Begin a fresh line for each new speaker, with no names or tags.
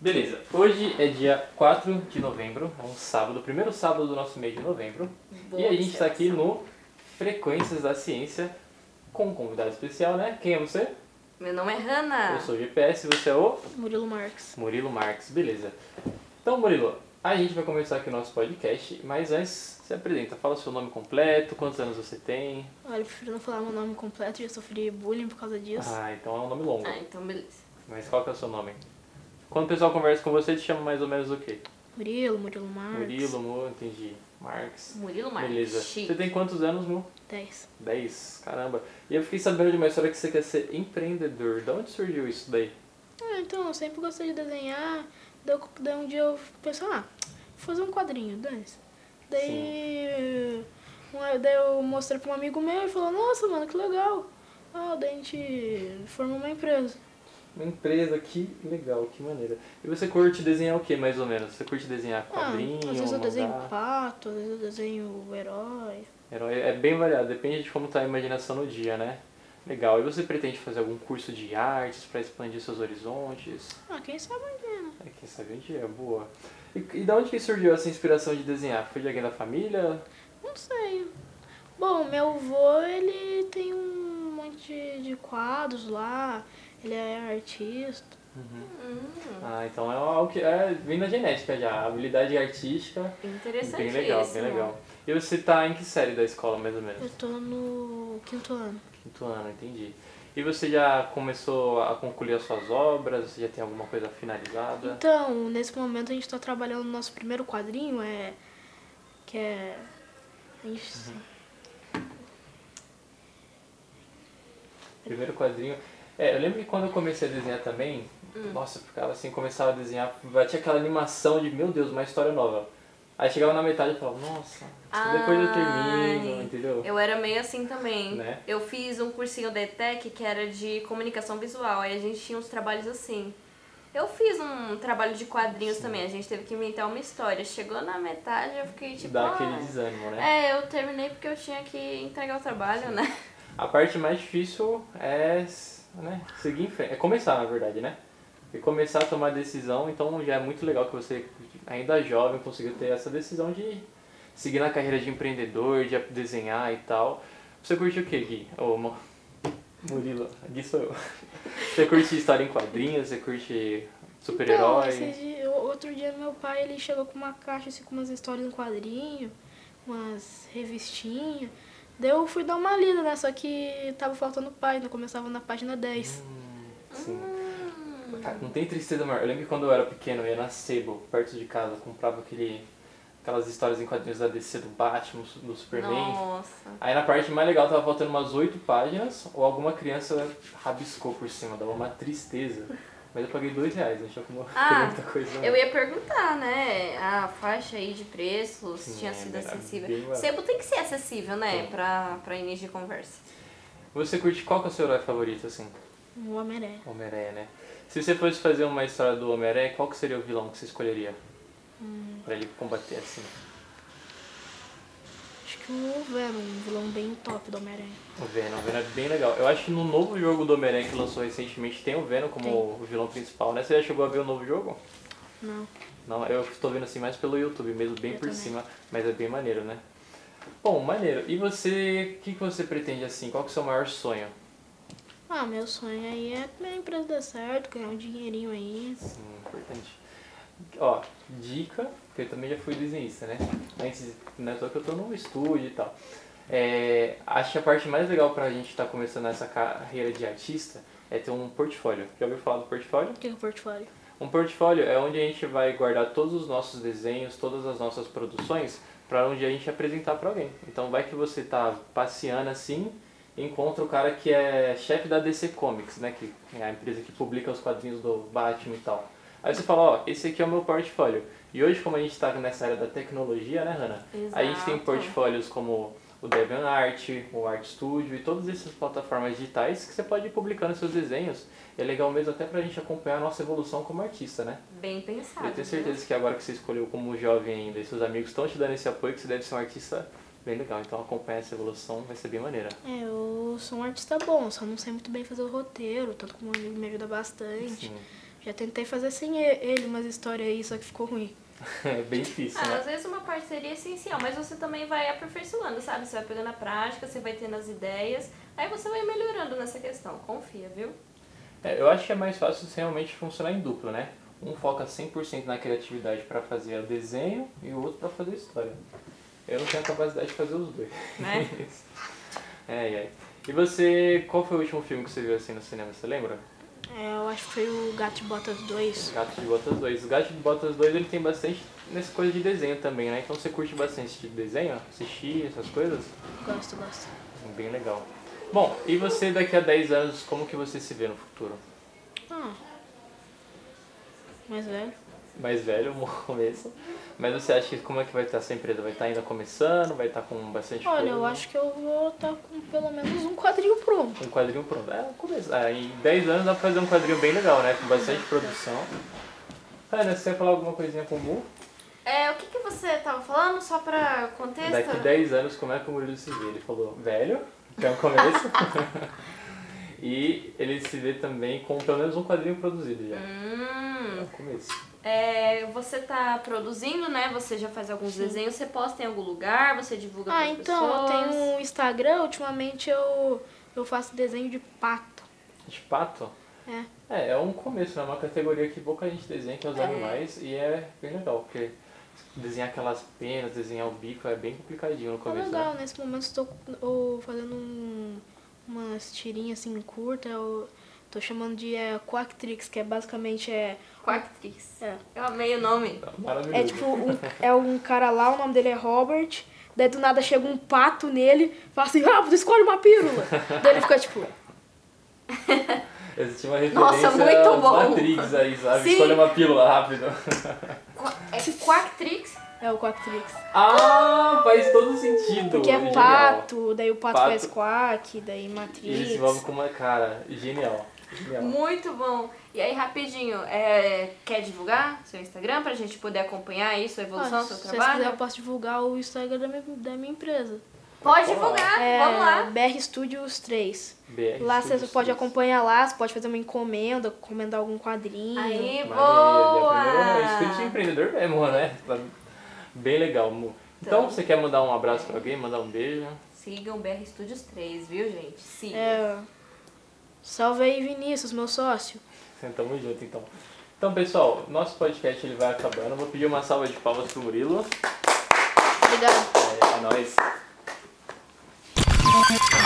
Beleza, hoje é dia 4 de novembro, é um sábado, o primeiro sábado do nosso mês de novembro. e a gente tá aqui no Frequências da Ciência com um convidado especial, né? Quem é você?
Meu nome é Hanna.
Eu sou o GPS, você é o
Murilo Marx.
Murilo Marques, beleza. Então, Murilo, a gente vai começar aqui o nosso podcast, mas antes se apresenta, fala seu nome completo, quantos anos você tem.
Olha, eu prefiro não falar meu nome completo, já sofri bullying por causa disso.
Ah, então é um nome longo.
Ah, então beleza.
Mas qual que é o seu nome? Quando o pessoal conversa com você, te chama mais ou menos o quê?
Murilo, Murilo Marx.
Murilo, Mu, entendi. Marques.
Murilo Marques.
Beleza. Você
Chique.
tem quantos anos, Mu?
10.
10, caramba. E eu fiquei sabendo de uma história que você quer ser empreendedor. De onde surgiu isso daí?
Ah, então, eu sempre gostei de desenhar. Daí, eu- daí um dia eu pensei, ah, vou fazer um quadrinho, dane-se. Daí, um- daí eu mostrei pra um amigo meu e falou, nossa, mano, que legal. Ah, daí a gente formou uma empresa.
Uma empresa, que legal, que maneira. E você curte desenhar o que, mais ou menos? Você curte desenhar quadrinho,
ah, às vezes eu desenho
mangá?
pato, às vezes eu desenho herói.
Herói é bem variado, depende de como tá a imaginação no dia, né? Legal. E você pretende fazer algum curso de artes para expandir seus horizontes?
Ah, quem sabe um dia, né?
É, quem sabe um dia, boa. E, e da onde que surgiu essa inspiração de desenhar? Foi de alguém da família?
Não sei. Bom, meu avô, ele tem um monte de quadros lá, ele é artista.
Hum,
Ah, então é algo que é, vem na genética já, habilidade artística. Bem
interessantíssimo.
legal, bem legal. E você tá em que série da escola, mais ou menos?
Eu tô no quinto ano.
Quinto ano, entendi. E você já começou a concluir as suas obras? Você já tem alguma coisa finalizada?
Então, nesse momento a gente tá trabalhando no nosso primeiro quadrinho, é. Que é. A gente.
Então,
Primeiro quadrinho. É, eu lembro que quando eu comecei a desenhar também,
Hum.
nossa, eu ficava assim, começava a desenhar, batia aquela animação de, meu Deus, uma história nova. Aí chegava na metade e falava, nossa, depois eu termino,
Ai,
entendeu?
Ah, Eu era meio assim também.
Né?
Eu fiz um cursinho da ETEC que era de comunicação visual. Aí a gente tinha uns trabalhos assim. Eu fiz um trabalho de quadrinhos também. A gente teve que inventar uma história. Chegou na metade, eu fiquei
Te
tipo.
dá
ah,
aquele desânimo, né?
É, eu terminei porque eu tinha que entregar o trabalho, né?
A parte mais difícil é né, seguir em frente. É começar, na verdade, né? E começar a tomar decisão, então já é muito legal que você, ainda jovem, conseguiu ter essa decisão de seguir na carreira de empreendedor, de desenhar e tal. Você curte o que, Gui? Ô, Mo- Murilo, Gui sou eu. Você curte história em quadrinhos, você curte
Então,
super-herói?
esse dia- o- outro dia meu pai ele chegou com uma caixa assim, com umas histórias em quadrinho, umas revistinhas. Daí eu fui dar uma lida, né? Só que tava faltando página, começava na página 10.
Hum, Sim. Cara, não tem tristeza maior. Eu lembro que quando eu era pequeno, eu ia na Sebo, perto de casa, eu comprava aquele, aquelas histórias em quadrinhos da DC do Batman, do Superman.
Nossa.
Aí na parte mais legal tava faltando umas oito páginas, ou alguma criança rabiscou por cima, dava uma tristeza. Mas eu paguei dois reais, achou que não foi
Ah,
muita coisa. não.
Eu ia perguntar, né? A faixa aí de preços
Sim,
tinha
é,
sido
era bem
acessível.
barato.
Sebo tem que ser acessível, né?
Sim.
Pra, pra início de conversa.
Você curte qual que é o seu herói favorito, assim?
O Homem-Aranha.
Homem-Aranha, né? Se você fosse fazer uma história do Homem-Aranha, qual que seria o vilão que você escolheria?
Hum,
Pra ele combater, assim.
Acho que o Venom, um vilão bem top do Homem-Aranha.
O Venom, o Venom é bem legal. Eu acho que no novo jogo do Homem-Aranha que lançou recentemente tem o Venom como o vilão principal, né? Você já chegou a ver o novo jogo?
Não.
Não, eu tô vendo assim mais pelo YouTube mesmo, bem
Eu
por
também.
cima, mas é bem maneiro, né? Bom, maneiro. E você, o que, que você pretende assim? Qual que é o seu maior sonho?
Ah, meu sonho aí é minha empresa dar certo, ganhar um dinheirinho aí.
Sim, Hum, importante. Ó, dica, que eu também já fui desenhista, né? Antes, não é só que eu tô num estúdio e tal. É, acho que a parte mais legal pra gente estar começando essa carreira de artista é ter um portfólio. Já ouviu falar do portfólio?
O que é o portfólio?
Um portfólio é onde a gente vai guardar todos os nossos desenhos, todas as nossas produções, para um dia a gente apresentar para alguém. Então vai que você tá passeando assim, encontra o cara que é chefe da DC Comics, né, que é a empresa que publica os quadrinhos do Batman e tal. Aí você fala, ó, esse aqui é o meu tá portfólio. E hoje como a gente está nessa área da tecnologia, né, Hannah? A gente tem
Exato.
portfólios como o DeviantArt, o Art Studio e todas essas plataformas digitais que você pode ir publicando seus desenhos. É legal mesmo até pra gente acompanhar a nossa evolução como artista, né?
Bem pensado.
Eu tenho certeza que agora que você escolheu como jovem ainda e seus amigos estão te dando esse apoio, que você deve ser um artista bem legal. Então acompanha essa evolução, vai ser bem maneira.
É, eu sou um artista bom, só não sei muito bem fazer o roteiro, tanto que o meu amigo me ajuda bastante.
Sim.
Já tentei fazer sem e- ele umas histórias aí, só que ficou ruim.
É bem difícil,
Ah,
né?
às vezes uma parceria é essencial, mas você também vai aperfeiçoando, sabe? Você vai pegando a prática, você vai tendo as ideias, aí você vai melhorando nessa questão. Confia, viu?
É, eu acho que é mais fácil se realmente funcionar em duplo, né? Um foca 100% na criatividade pra fazer o desenho e o outro pra fazer a história. Eu não tenho a capacidade de fazer os dois.
Né?
é, é. E você, qual foi o último filme que você viu assim no cinema, você lembra?
É, eu acho que foi o Gato de Botas 2.
Gato de Botas 2. O Gato de Botas 2 ele tem bastante nessa coisa de desenho também, né? Então você curte bastante de desenho, assistir essas coisas?
Gosto, gosto.
Bem legal. Bom, e você daqui a 10 anos, como que você se vê no futuro?
Ah. Mais velho.
mais velho no começo. Mas você acha que como é que vai estar essa empresa? Vai estar ainda começando? Vai estar com bastante
Olha,
coisa?
eu acho que eu vou estar com pelo menos um quadrinho pronto.
Um quadrinho pronto. É, um começo. Ah, em 10 anos dá pra fazer um quadrinho bem legal, né? Com bastante produção. Ana, você quer falar alguma coisinha com o Mu?
É, o que, que você tava falando, só pra contexto?
Daqui 10 anos, como é que o Murilo se vê? Ele falou velho, que é o começo. e ele se vê também com pelo menos um quadrinho produzido
Uhum.
já. É
Hum,
o começo.
é, você tá produzindo, né? Você já faz alguns desenhos, você posta em algum lugar, você divulga
Ah,
pras
então, eu
pessoas.
tenho um Instagram, ultimamente eu, eu faço desenho de pato. Tá
De pato?
É.
É, é um começo, né? Uma categoria que pouca gente desenha, que é os
É.
animais, e é bem legal, porque desenhar aquelas penas, desenhar o bico é bem complicadinho no
Tá
começo,
legal,
né?
nesse momento estou eu fazendo um- umas tirinhas assim curta, eu tô chamando de é, Quactrix, que é basicamente é,
Quactrix.
é,
Eu amei o nome.
Maravilhoso.
é tipo um, é um cara lá, o nome dele é Robert, daí do nada chega um pato nele, fala assim, rápido, escolhe uma pílula. daí ele fica tipo,
Existe uma referência
Nossa, muito bom.
Matrix aí, sabe?
Sim.
Escolha uma pílula rápido.
Qua- É Quactrix?
é o Quactrix.
ah, faz todo sentido.
Porque é
Genial.
pato, daí o pato,
Pato.
faz quack, daí
E ele se envolve
matrix.
com uma cara. Genial. Genial.
Muito bom. E aí, rapidinho, é, quer divulgar seu Instagram pra gente poder acompanhar aí sua evolução,
Ah,
seu
se vocês quiserem,
trabalho?
eu posso divulgar o Instagram da minha, da minha empresa.
Pode divulgar,
É,
Ah, vamos lá.
BR Studios 3.
BR
Lá
Studios
você pode
Studios.
acompanhar lá, você pode fazer uma encomenda, encomendar algum quadrinho.
Aí, boa!
Maravilha, É o espírito né? de empreendedor mesmo, né? Tá Bem legal, Mu. Então,
Então.
você quer mandar um abraço pra alguém, mandar um beijo?
Sigam BR Studios 3, viu, gente? Sigam.
É. Salve aí, Vinícius, meu sócio.
Tamo junto, então. Então, pessoal, nosso podcast ele vai acabando. Eu Vou pedir uma salva de palmas pro Murilo.
Obrigado.
É, é nóis.